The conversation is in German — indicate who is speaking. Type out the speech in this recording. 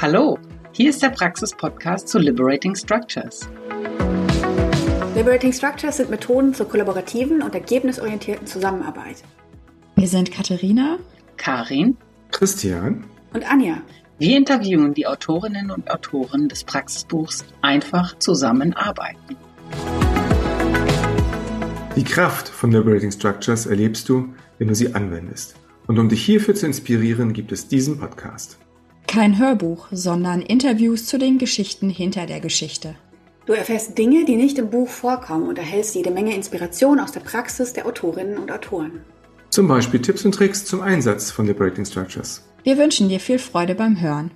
Speaker 1: Hallo, hier ist der Praxis-Podcast zu Liberating Structures.
Speaker 2: Liberating Structures sind Methoden zur kollaborativen und ergebnisorientierten Zusammenarbeit.
Speaker 3: Wir sind Katharina,
Speaker 1: Karin
Speaker 4: Christian,
Speaker 2: Und Anja,
Speaker 1: Wir interviewen die Autorinnen und Autoren des Praxisbuchs Einfach zusammenarbeiten.
Speaker 4: die Kraft von Liberating Structures erlebst du, wenn du sie anwendest. Und um dich hierfür zu inspirieren, gibt es diesen Podcast.
Speaker 3: kein Hörbuch, sondern Interviews zu den Geschichten hinter der Geschichte.
Speaker 2: du erfährst Dinge, die nicht im Buch vorkommen und erhältst jede Menge Inspiration aus der Praxis der Autorinnen und Autoren.
Speaker 4: Zum Beispiel Tipps und Tricks zum Einsatz von Liberating Structures.
Speaker 3: Wir wünschen dir viel Freude beim Hören.